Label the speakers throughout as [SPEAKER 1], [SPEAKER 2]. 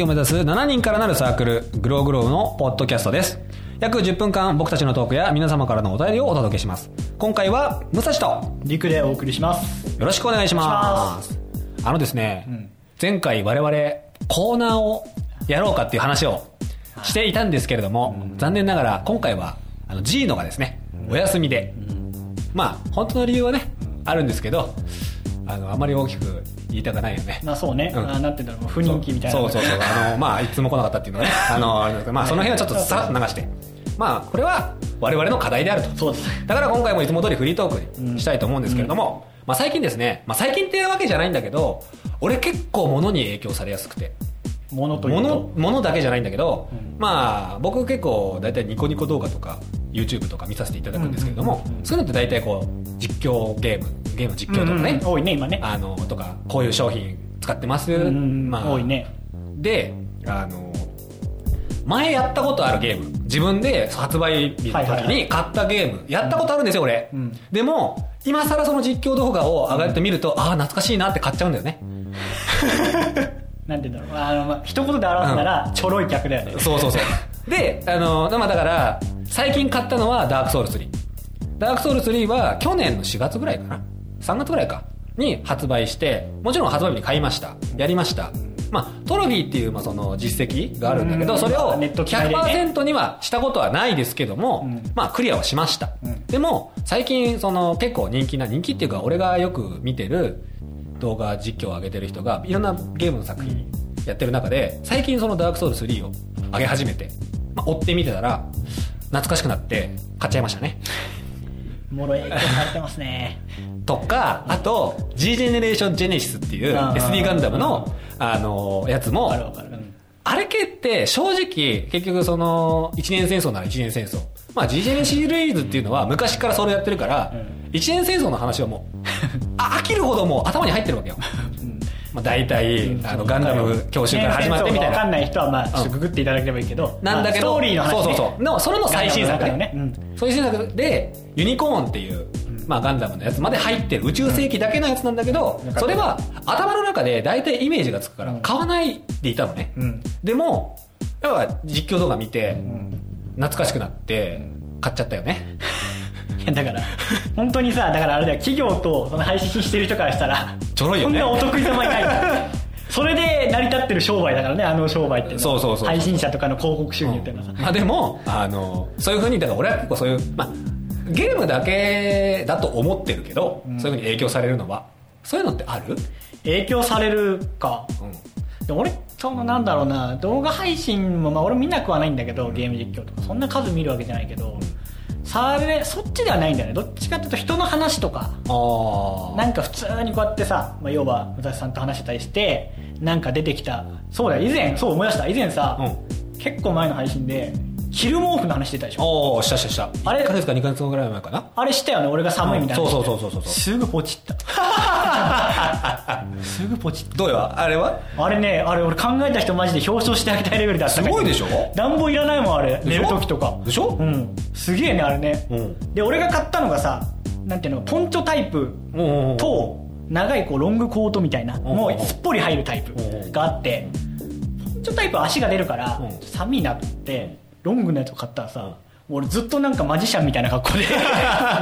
[SPEAKER 1] を目指す7人からなるサークル、グローグローのポッドキャストです。約10分間僕たちのトークや皆様からのお便りをお届けします。今回は、武蔵と
[SPEAKER 2] 陸でお送りします
[SPEAKER 1] よろしくお願いします。あのですね、
[SPEAKER 2] ん
[SPEAKER 1] 前回我々コーナーをやろうかっていう話をしていたんですけれども、残念ながら今回はあのジーノがですね、お休みで、まあ本当の理由はね、あるんですけど、あの、あまり大きく言いたくないよね。
[SPEAKER 2] まあそうね、
[SPEAKER 1] うん
[SPEAKER 2] あなんて言うんだろう不人気みたいな
[SPEAKER 1] そうそうそうあのまあいつも来なかったっていうのがねあのあれですけどまあその辺はちょっとさっと流してまあこれは我々の課題であると
[SPEAKER 2] そうです
[SPEAKER 1] だから今回もいつも通りフリートークにしたいと思うんですけれども、まあ、最近ですね、まあ、最近っていうわけじゃないんだけど俺結構物に影響されやすくて
[SPEAKER 2] ものという
[SPEAKER 1] 物
[SPEAKER 2] と
[SPEAKER 1] 物だけじゃないんだけど、
[SPEAKER 2] ん
[SPEAKER 1] まあ僕結構大体ニコニコ動画とか YouTube とか見させていただくんですけれども、
[SPEAKER 2] うんうんうん
[SPEAKER 1] そういうのって大体こう実況ゲームゲーム実況とかね、
[SPEAKER 2] うんうん多いね今ね
[SPEAKER 1] あのとかこういう商品使ってます、
[SPEAKER 2] うんうん
[SPEAKER 1] まあ、
[SPEAKER 2] 多いね
[SPEAKER 1] であの前やったことあるゲーム自分で発売日の
[SPEAKER 2] はいは
[SPEAKER 1] 時
[SPEAKER 2] いは
[SPEAKER 1] に買ったゲームやったことあるんですよ俺、
[SPEAKER 2] うん
[SPEAKER 1] でも今更その実況動画を上がって見ると、ああ懐かしいなって買っちゃうんだよね、
[SPEAKER 2] なんて言うんだろうあの、まあ、一言で表すならちょろい客だよね、
[SPEAKER 1] そうそう そうであのまあだから最近買ったのはダークソウル3ダークソウル3は去年の4月ぐらいかな3月ぐらいかに発売してもちろん発売日に買いましたやりましたまあ、トロフィーっていう、まあ、その実績があるんだけど
[SPEAKER 2] うん
[SPEAKER 1] それを
[SPEAKER 2] ネット機械でね
[SPEAKER 1] 100%にはしたことはないですけども、
[SPEAKER 2] うん
[SPEAKER 1] まあ、クリアはしました、
[SPEAKER 2] うん
[SPEAKER 1] でも最近その結構人気な人気っていうか俺がよく見てる動画実況を上げてる人がいろんなゲームの作品やってる中で最近その「ダークソウル3」を上げ始めて、まあ、追ってみてたら懐かしくなって買っちゃいましたね
[SPEAKER 2] もろ影響されてますね
[SPEAKER 1] とかあと「G ジェネレーションジェネシス」っていう
[SPEAKER 2] あー
[SPEAKER 1] SD ガンダムのあのやつも
[SPEAKER 2] わかるわかる、うん
[SPEAKER 1] あれ系って正直結局その一年戦争なら一年戦争まあ GJN シリーズっていうのは昔からそれやってるから
[SPEAKER 2] うん
[SPEAKER 1] 一年戦争の話はもうあ飽きるほどもう頭に入ってるわけよまあ大体あのガンダム教習から始まってみたい
[SPEAKER 2] わか
[SPEAKER 1] なん
[SPEAKER 2] ない人はまあちょっとググっていただければいいけど、
[SPEAKER 1] なんだけど
[SPEAKER 2] まあストーリーの話、ね、
[SPEAKER 1] そうそうそうでもそれの最新作
[SPEAKER 2] ガンダムの中のね、うん
[SPEAKER 1] 最新作でユニコーンっていうまあガンダムのやつまで入ってる宇宙世紀だけのやつなんだけど
[SPEAKER 2] うん
[SPEAKER 1] それは頭の中で大体イメージがつくから
[SPEAKER 2] うん
[SPEAKER 1] 買わないでいたのね
[SPEAKER 2] うん
[SPEAKER 1] でもやっぱ実況動画見て
[SPEAKER 2] うん
[SPEAKER 1] 懐かしくなって買っちゃったよね
[SPEAKER 2] いや だから本当にさだからあれだよ企業とその配信してる人からしたら
[SPEAKER 1] ちょろいよ
[SPEAKER 2] こん
[SPEAKER 1] ね
[SPEAKER 2] なお得意様いな いからそれで成り立ってる商売だからねあの商売っていのは
[SPEAKER 1] そうそうそう
[SPEAKER 2] 配信者とかの広告収入っていうのはさ、
[SPEAKER 1] まあでもあのそういうふうにだから俺は結構そういう、まあ、ゲームだけだと思ってるけど、
[SPEAKER 2] うん
[SPEAKER 1] そういうふうに影響されるのはそういうのってある、
[SPEAKER 2] 影響されるかで俺そのなんだろうな動画配信も、まあ、俺見なくはないんだけどゲーム実況とかそんな数見るわけじゃないけどされそっちではないんだよねどっちかっていうと人の話とか
[SPEAKER 1] あ
[SPEAKER 2] なんか普通にこうやってさ、まあ、要は武蔵さんと話してたりしてなんか出てきたそうだよ以前そう思い出した以前さ、
[SPEAKER 1] う
[SPEAKER 2] 結構前の配信で昼毛布の話してたでし
[SPEAKER 1] あ
[SPEAKER 2] ょ
[SPEAKER 1] おおしたしたした
[SPEAKER 2] あれ
[SPEAKER 1] 1ヶ月か2ヶ月後ぐらい前かな
[SPEAKER 2] あれしたよね俺が寒いみたいな、
[SPEAKER 1] そうそうそうそうそうそう
[SPEAKER 2] すぐポチった すぐポチっ
[SPEAKER 1] どうよあれは
[SPEAKER 2] たあれねあれ俺考えた人マジで表彰してあげたいレベルだったから
[SPEAKER 1] すごいでしょ
[SPEAKER 2] 暖房いらないもんあれ
[SPEAKER 1] で
[SPEAKER 2] 寝
[SPEAKER 1] しょ
[SPEAKER 2] る時とか
[SPEAKER 1] でしょ
[SPEAKER 2] うんすげえねあれね、
[SPEAKER 1] うん
[SPEAKER 2] で俺が買ったのがさなんていうのポンチョタイプ
[SPEAKER 1] おうおう
[SPEAKER 2] と長いこうロングコートみたいなもうすっぽり入るタイプがあってポンチョタイプは足が出るから
[SPEAKER 1] うん
[SPEAKER 2] 寒いなと思ってロングのやつを買ったらさ俺ずっとなんかマジシャンみたいな 格好で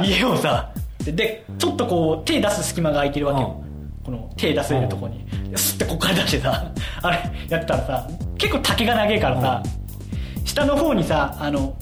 [SPEAKER 2] 家をさででちょっとこう手出す隙間が空いてるわけよこの手出せるとこにスッてこっから出してさあれやったらさ結構丈が長いからさ下の方にさあの部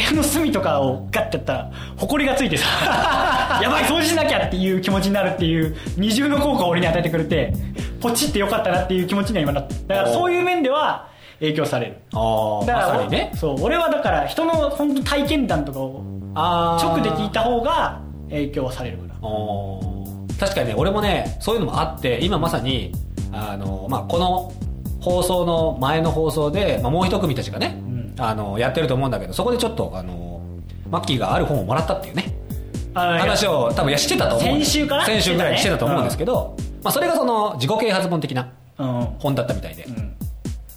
[SPEAKER 2] 屋の隅とかをガッてやったら埃がついて さやばい掃除しなきゃっていう気持ちになるっていう二重の効果を俺に与えてくれてポチってよかったなっていう気持ちには今なってだからそういう面では影響される
[SPEAKER 1] ああ
[SPEAKER 2] だから
[SPEAKER 1] まさにね
[SPEAKER 2] そう俺はだから人の本当体験談とかを
[SPEAKER 1] あー
[SPEAKER 2] 直で聞いた方が影響はされるから
[SPEAKER 1] おー確かにね俺もねそういうのもあって今まさにあの、まあ、この放送の前の放送で、まあ、もう一組たちがね、
[SPEAKER 2] ん
[SPEAKER 1] あのやってると思うんだけどそこでちょっとあのマッキーがある本をもらったっていうね
[SPEAKER 2] あ
[SPEAKER 1] 話を多分いやしてたと思うんです
[SPEAKER 2] 先週かな
[SPEAKER 1] 先週ぐらいにしてたと思うんですけど、まあ、それがその自己啓発本的な
[SPEAKER 2] うん、うん
[SPEAKER 1] 本だったみたいで、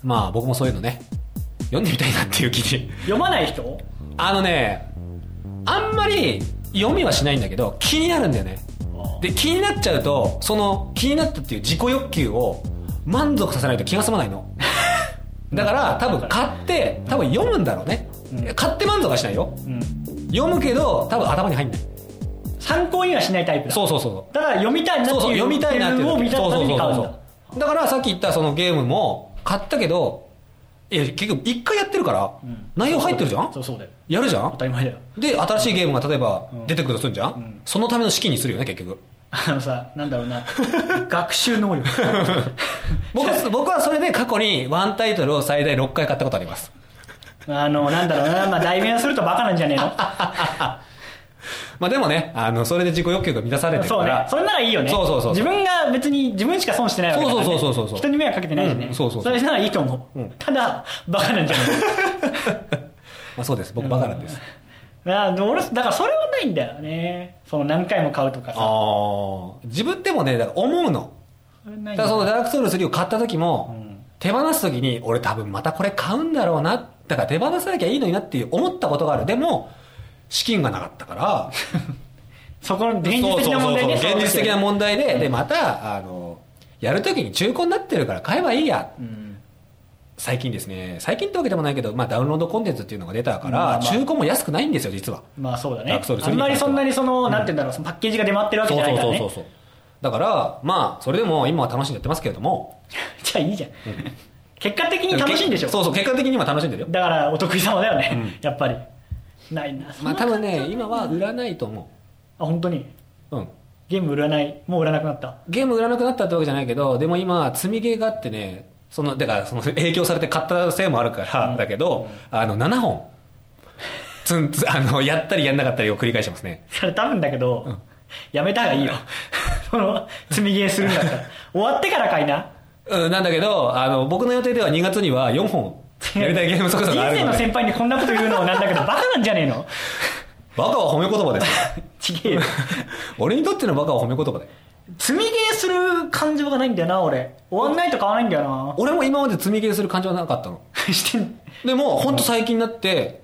[SPEAKER 1] まあ僕もそういうのね読んでみたいなっていう気に
[SPEAKER 2] 読まない人
[SPEAKER 1] あのねあんまり読みはしないんだけど気になるんだよねで気になっちゃう とその気になったっていう自己欲求を満足させないと気が済まないのだから多分買って多分読むんだろうね、
[SPEAKER 2] うん
[SPEAKER 1] 買って満足はしないよ
[SPEAKER 2] うん、
[SPEAKER 1] 読むけど多分頭に入んない
[SPEAKER 2] 参考にはしないタイプだ
[SPEAKER 1] そうそうそうそう
[SPEAKER 2] ただ読みたいなって
[SPEAKER 1] そ
[SPEAKER 2] い
[SPEAKER 1] う
[SPEAKER 2] う
[SPEAKER 1] そう読みたいなって
[SPEAKER 2] 自分を見たために買うんだ
[SPEAKER 1] そうそうそうそうだからさっき言ったそのゲームも買ったけどいや結局一回やってるから、
[SPEAKER 2] ん
[SPEAKER 1] 内容入ってるじゃん
[SPEAKER 2] そうそうだよ
[SPEAKER 1] やるじゃ
[SPEAKER 2] 当
[SPEAKER 1] ん
[SPEAKER 2] たり前だよ
[SPEAKER 1] で新しいゲームが例えば
[SPEAKER 2] うん
[SPEAKER 1] 出てくるとするんじゃん、
[SPEAKER 2] ん
[SPEAKER 1] そのための資金にするよね結局
[SPEAKER 2] あのさなんだろう な学習能力
[SPEAKER 1] 僕は僕はそれで過去にワンタイトルを最大6回買ったことあります
[SPEAKER 2] あのなんだろうな、まあ、代弁するとバカなんじゃねえの
[SPEAKER 1] まあでもねあのそれで自己欲求が満たされてる
[SPEAKER 2] そう
[SPEAKER 1] か
[SPEAKER 2] ね
[SPEAKER 1] ら
[SPEAKER 2] それならいいよね
[SPEAKER 1] そうそうそう
[SPEAKER 2] 自分が別に自分しか損してないわけだから、ね、
[SPEAKER 1] そうそうそうそうそう
[SPEAKER 2] 人に迷惑かけてないしね、
[SPEAKER 1] うんそうそうそう
[SPEAKER 2] れならいいと思う、
[SPEAKER 1] うん
[SPEAKER 2] ただバカなんじゃね
[SPEAKER 1] まあ、そうです僕バカなんです、
[SPEAKER 2] えのあの俺だからそれはないんだよねその何回も買うとかさ
[SPEAKER 1] ああ自分でもねだから思うの
[SPEAKER 2] それな
[SPEAKER 1] だ
[SPEAKER 2] いん
[SPEAKER 1] から
[SPEAKER 2] だよ
[SPEAKER 1] そのダークソウル3を買った時も、
[SPEAKER 2] うん
[SPEAKER 1] 手放す時に俺多分またこれ買うんだろうなだから手放さなきゃいいのになっていう思ったことがあるでも資金がなかったから
[SPEAKER 2] そこ の現実的な問題ね
[SPEAKER 1] そうそうそうそう現実的な
[SPEAKER 2] 題
[SPEAKER 1] 問題で、でまたあのやる時に中古になってるから買えばいいや最近ですね最近ってわけでもないけど、まあ、ダウンロードコンテンツっていうのが出たから、
[SPEAKER 2] まあまあ
[SPEAKER 1] 中古も安くないんですよ実は
[SPEAKER 2] まあそうだ
[SPEAKER 1] ダー
[SPEAKER 2] ね
[SPEAKER 1] クソウル3
[SPEAKER 2] あんまりそんなにその、
[SPEAKER 1] うん
[SPEAKER 2] なんて言うんだろうそのパッケージが出回ってるわけじゃないからね
[SPEAKER 1] そうそうだからまあそれでも今は楽しんでやってますけれども
[SPEAKER 2] じゃあいいじゃん、結果的に楽しいんでしょ
[SPEAKER 1] そうそう結果的に今楽しんでるよ
[SPEAKER 2] だからお得意様だよね、
[SPEAKER 1] うん
[SPEAKER 2] やっぱりないな
[SPEAKER 1] まあ多分ね今は売らないと思
[SPEAKER 2] あ本当に
[SPEAKER 1] ううん
[SPEAKER 2] ゲーム売らないもう売らなくなった
[SPEAKER 1] ゲーム売らなくなったってわけじゃないけどでも今積みゲーがあってねそのだからその影響されて買ったせいもあるから、
[SPEAKER 2] うん
[SPEAKER 1] だけどあの7本つんつあのやったりやんなかったりを繰り返してますね
[SPEAKER 2] それ多分だけど、やめた方がい いよその積みゲーするんだったら終わってからかいな
[SPEAKER 1] うんなんだけどあの僕の予定では2月には4本やりたいゲーム
[SPEAKER 2] 人
[SPEAKER 1] 速度があるの
[SPEAKER 2] 生の
[SPEAKER 1] で
[SPEAKER 2] 先輩にこんなこと言うのもなんだけどバカなんじゃねえの
[SPEAKER 1] バカは褒め言葉ですよ
[SPEAKER 2] ちげえよ
[SPEAKER 1] 俺にとってのバカは褒め言葉だよ
[SPEAKER 2] 積みゲーする感情がないんだよな俺終わんないと買わないんだよ
[SPEAKER 1] 俺も今まで積みゲーする感じはなかったの
[SPEAKER 2] なしてん
[SPEAKER 1] でも本当最近になって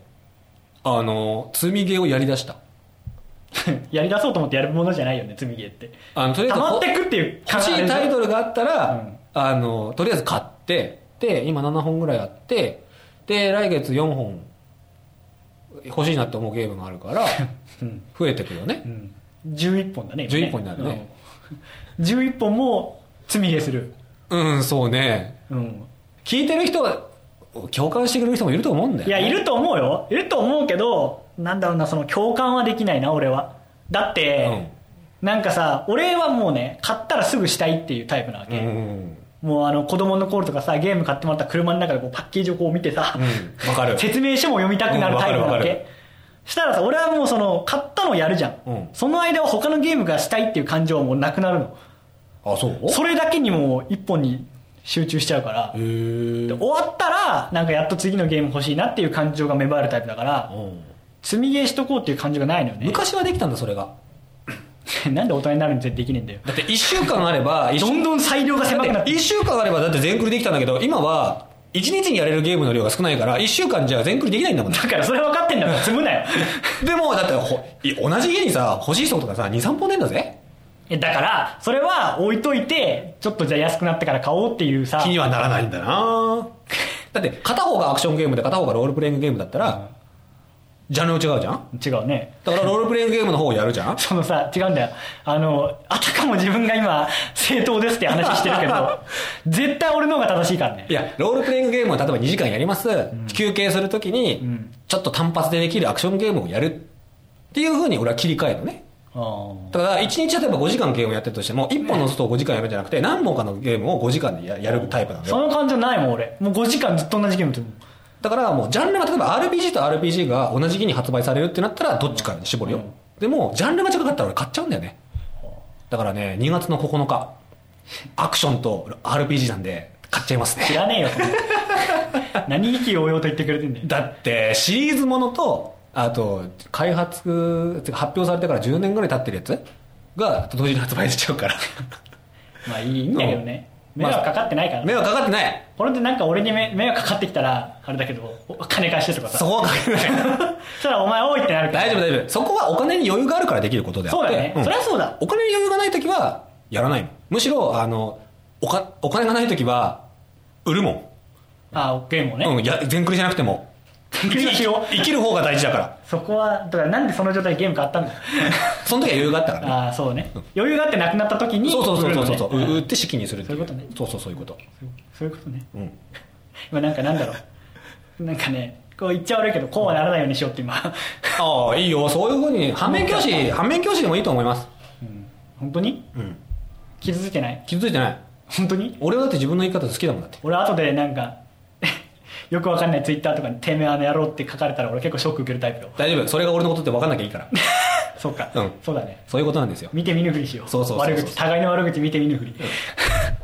[SPEAKER 1] あの積みゲーをやりだした
[SPEAKER 2] やりだそうと思ってやるものじゃないよね積みゲーって
[SPEAKER 1] あのとりあえ
[SPEAKER 2] 溜
[SPEAKER 1] ず
[SPEAKER 2] まってくっていう
[SPEAKER 1] 欲しいタイトルがあったら、
[SPEAKER 2] うん
[SPEAKER 1] あのとりあえず買ってで今7本ぐらいあってで来月4本欲しいなって思うゲームがあるから
[SPEAKER 2] うん
[SPEAKER 1] 増えてくよね
[SPEAKER 2] うん、11本だね今
[SPEAKER 1] 11本になるね、
[SPEAKER 2] うん11本も積みゲーする、
[SPEAKER 1] うんそうね
[SPEAKER 2] うん、
[SPEAKER 1] 聞いてる人は共感してくれる人もいると思うんだよ
[SPEAKER 2] い
[SPEAKER 1] ね、
[SPEAKER 2] やいると思うよいると思うけどなんだろうなその共感はできないな俺はだって、なんかさ俺はもうね買ったらすぐしたいっていうタイプなわ
[SPEAKER 1] う
[SPEAKER 2] け、
[SPEAKER 1] ん
[SPEAKER 2] もうあの子供の頃とかさゲーム買ってもらった車の中でこうパッケージをこう見てさ、
[SPEAKER 1] うんわかる
[SPEAKER 2] 説明書も読みたくなるタイプな
[SPEAKER 1] うんわ
[SPEAKER 2] わ
[SPEAKER 1] か
[SPEAKER 2] け、
[SPEAKER 1] るわかる
[SPEAKER 2] したらさ俺はもうその買ったのをやるじゃん、
[SPEAKER 1] うん
[SPEAKER 2] その間は他のゲームがしたいっていう感情はもうなくなるの
[SPEAKER 1] あそう
[SPEAKER 2] それだけにもう一本に集中しちゃうから、
[SPEAKER 1] へえ
[SPEAKER 2] で終わったらなんかやっと次のゲーム欲しいなっていう感情が芽生えるタイプだから、積みゲーしとこうっていう感情がないのよね
[SPEAKER 1] 昔はできたんだそれが
[SPEAKER 2] なんで大人になるに絶対できねえんだよ
[SPEAKER 1] だって1週間あれ ば一週
[SPEAKER 2] どんどん裁量が狭くな
[SPEAKER 1] だ
[SPEAKER 2] っ
[SPEAKER 1] って
[SPEAKER 2] て
[SPEAKER 1] 1週間あればだって全クリできたんだけど今は1日にやれるゲームの量が少ないから1週間じゃ全クリできないんだもんね
[SPEAKER 2] だからそれ分かってんだから積むなよ
[SPEAKER 1] でもだってほい同じ家にさ欲しいソフトがさ23本出んだぜ
[SPEAKER 2] えだからそれは置いといてちょっとじゃあ安くなってから買おうっていうさ
[SPEAKER 1] 気にはならないんだな だって片方がアクションゲームで片方がロールプレイングゲームだったらジャンルも違うじゃん
[SPEAKER 2] 違うね
[SPEAKER 1] だからロールプレイングゲームの方をやるじゃん
[SPEAKER 2] そのさ違うんだよあのあたかも自分が今正当ですって話してるけど絶対俺の方が正しいからね
[SPEAKER 1] いやロールプレイングゲームを例えば2時間やります、休憩するときに、
[SPEAKER 2] ん
[SPEAKER 1] ちょっと単発でできるアクションゲームをやるっていうふうに俺は切り替えるのね
[SPEAKER 2] うん
[SPEAKER 1] ただから1日例えば5時間ゲームやってるとしても1本のソフトを5時間やるんじゃなくて何本かのゲームを5時間でややるタイプなの
[SPEAKER 2] そ
[SPEAKER 1] よ
[SPEAKER 2] の感情ないもん俺もう5時間ずっと同じゲームするもん
[SPEAKER 1] だからもうジャンルが例えば RPG と RPG が同じ日に発売されるってなったらどっちかに絞るよ、
[SPEAKER 2] うん
[SPEAKER 1] でもジャンルが違かったら俺買っちゃうんだよねだからね2月の9日アクションと RPG なんで買っちゃいます
[SPEAKER 2] 知
[SPEAKER 1] ね
[SPEAKER 2] らねえよそんな 何意気揚々と言ってくれてんだよ
[SPEAKER 1] だってシリーズものとあと開発てか発表されてから10年ぐらい経ってるやつが同時に発売しちゃうから
[SPEAKER 2] まあいいんだけどね
[SPEAKER 1] うん
[SPEAKER 2] 迷惑かかってないから、
[SPEAKER 1] 迷惑かかってない
[SPEAKER 2] これでなんか俺にめ迷惑かかってきたらあれだけどお金貸してとかさ
[SPEAKER 1] そこはかけ ない
[SPEAKER 2] そしたらお前多いってなるから
[SPEAKER 1] 大丈夫大丈夫そこはお金に余裕があるからできることであって
[SPEAKER 2] そうだよね、
[SPEAKER 1] ん
[SPEAKER 2] そりゃそうだ
[SPEAKER 1] お金に余裕がない時はやらないのむしろあのおかお金がない時は売るもん
[SPEAKER 2] あゲームをね、
[SPEAKER 1] うん、いや、全クリじゃなくても。
[SPEAKER 2] 全クリはしよう
[SPEAKER 1] 生きる方が大事だから。
[SPEAKER 2] そこはだからなんでその状態でゲーム買っ たんだ
[SPEAKER 1] その時は余裕があったからね。
[SPEAKER 2] ああそうね余裕があってなくなった時に
[SPEAKER 1] そうそうそうそうそう
[SPEAKER 2] 売るの
[SPEAKER 1] 売
[SPEAKER 2] ね
[SPEAKER 1] って資金にするって
[SPEAKER 2] そういうことね
[SPEAKER 1] そうそうそういうこと。
[SPEAKER 2] そういうことね
[SPEAKER 1] うん。
[SPEAKER 2] 今なんかなんだろう なんかねこう言っちゃ悪いけどこうはならないようにしようって今
[SPEAKER 1] ああ、いいよ。そういうふうに、反面教師、反面教師でもいいと思います。
[SPEAKER 2] 本当に
[SPEAKER 1] うん。
[SPEAKER 2] 気づいてない
[SPEAKER 1] 気づいてない。
[SPEAKER 2] 本当に
[SPEAKER 1] 俺だって自分の言い方好きだもんだって。
[SPEAKER 2] 俺後でなんか よくわかんないツイッターとかに「てめえあの野郎」って書かれたら俺結構ショック受けるタイプよ
[SPEAKER 1] 大丈夫。それが俺のことって分かんなきゃいいから。
[SPEAKER 2] そうか、
[SPEAKER 1] うん
[SPEAKER 2] そうだね
[SPEAKER 1] そういうことなんですよ。
[SPEAKER 2] 見て見ぬふりしよう
[SPEAKER 1] そうそうそうそう
[SPEAKER 2] 悪口互いの悪口見て見ぬふり ゲ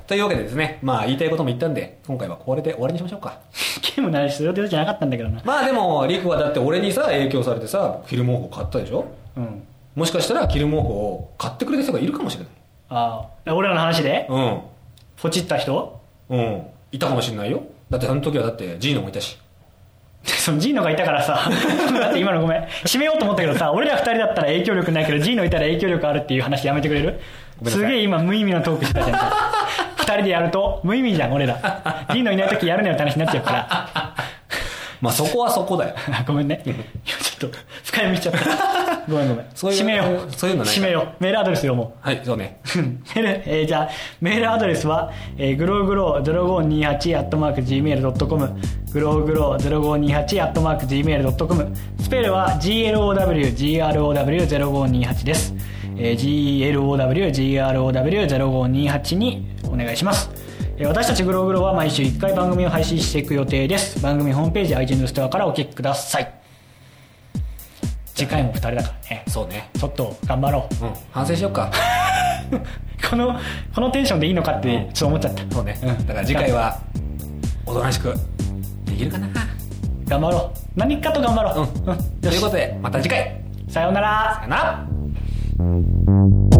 [SPEAKER 1] というわけでですね、まあ言いたいことも言ったんで、今回はこれで終わりにしましょうか。
[SPEAKER 2] ームの話する予定じゃなかったんだけどな
[SPEAKER 1] まあでも、リクはだって俺にさ、影響されてさ、キルモーフを買ったでしょ
[SPEAKER 2] うん
[SPEAKER 1] もしかしたらキルモーフを買ってくれた人がいるかもしれ
[SPEAKER 2] ああ俺らの話で
[SPEAKER 1] ない。
[SPEAKER 2] ポチった人
[SPEAKER 1] うん。うん。いたかもしれないよ。だってあの時はだってジーノもいたし。
[SPEAKER 2] そのジーノがいたからさ だって今のごめん締めようと思ったけどさ俺ら二人だったら影響力ないけどジーノいたら影響力あるっていう話やめてくれる
[SPEAKER 1] ごめんなさい
[SPEAKER 2] すげえ今無意味なトークしてたじゃん二人でやると無意味じゃん俺らジーノいない時やるなよって話になっちゃうから
[SPEAKER 1] まあそこはそこだよ。
[SPEAKER 2] ごめんねいやちょっと深読みしちゃったごめんごめん
[SPEAKER 1] そういう
[SPEAKER 2] 締めよう
[SPEAKER 1] そういうのない
[SPEAKER 2] 締めようメールアドレスよもう
[SPEAKER 1] はい、そうね。
[SPEAKER 2] うんメール えーじゃあメールアドレスは、えー、グローグロー0528 gmail.com グローグロー0528 gmail.com スペルは GLOWGROW0528 です、えー、GLOWGROW0528 にお願いしますえー私たちグローグローは毎週1回番組を配信していく予定です番組ホームページ iTunes ストアからお聞きください次回も2人だからね
[SPEAKER 1] そうね。
[SPEAKER 2] ちょっと頑張ろう
[SPEAKER 1] うん。反省しようか。
[SPEAKER 2] このこのテンションでいいのかってちょっと思っちゃった、
[SPEAKER 1] そうね。
[SPEAKER 2] うん
[SPEAKER 1] だから次回は、おとなしく、できるかな。
[SPEAKER 2] 頑張ろう何かと頑張ろ
[SPEAKER 1] う
[SPEAKER 2] う、
[SPEAKER 1] ん
[SPEAKER 2] う
[SPEAKER 1] と
[SPEAKER 2] ん
[SPEAKER 1] い
[SPEAKER 2] よし
[SPEAKER 1] うことで、また次回。
[SPEAKER 2] さようなら
[SPEAKER 1] さよなら。